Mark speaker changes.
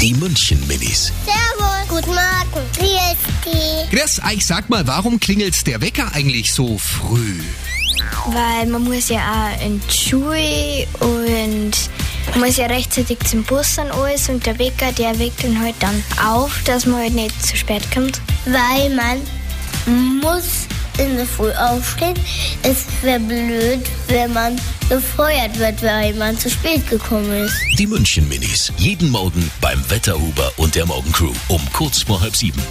Speaker 1: Die München-Minis.
Speaker 2: Servus. Guten Morgen. Wie ist die?
Speaker 1: Chris, ah, ich sag mal, warum klingelt der Wecker eigentlich so früh?
Speaker 3: Weil man muss ja auch in die Schule und man muss ja rechtzeitig zum Bus und alles und der Wecker, der weckt dann halt dann auf, dass man halt nicht zu spät kommt.
Speaker 2: Weil man muss in der Früh aufstehen. Es wäre blöd, wenn man gefeuert wird, weil man zu spät gekommen ist.
Speaker 1: Die München-Minis. Jeden Morgen beim Wetterhuber und der Morgencrew um kurz vor halb sieben.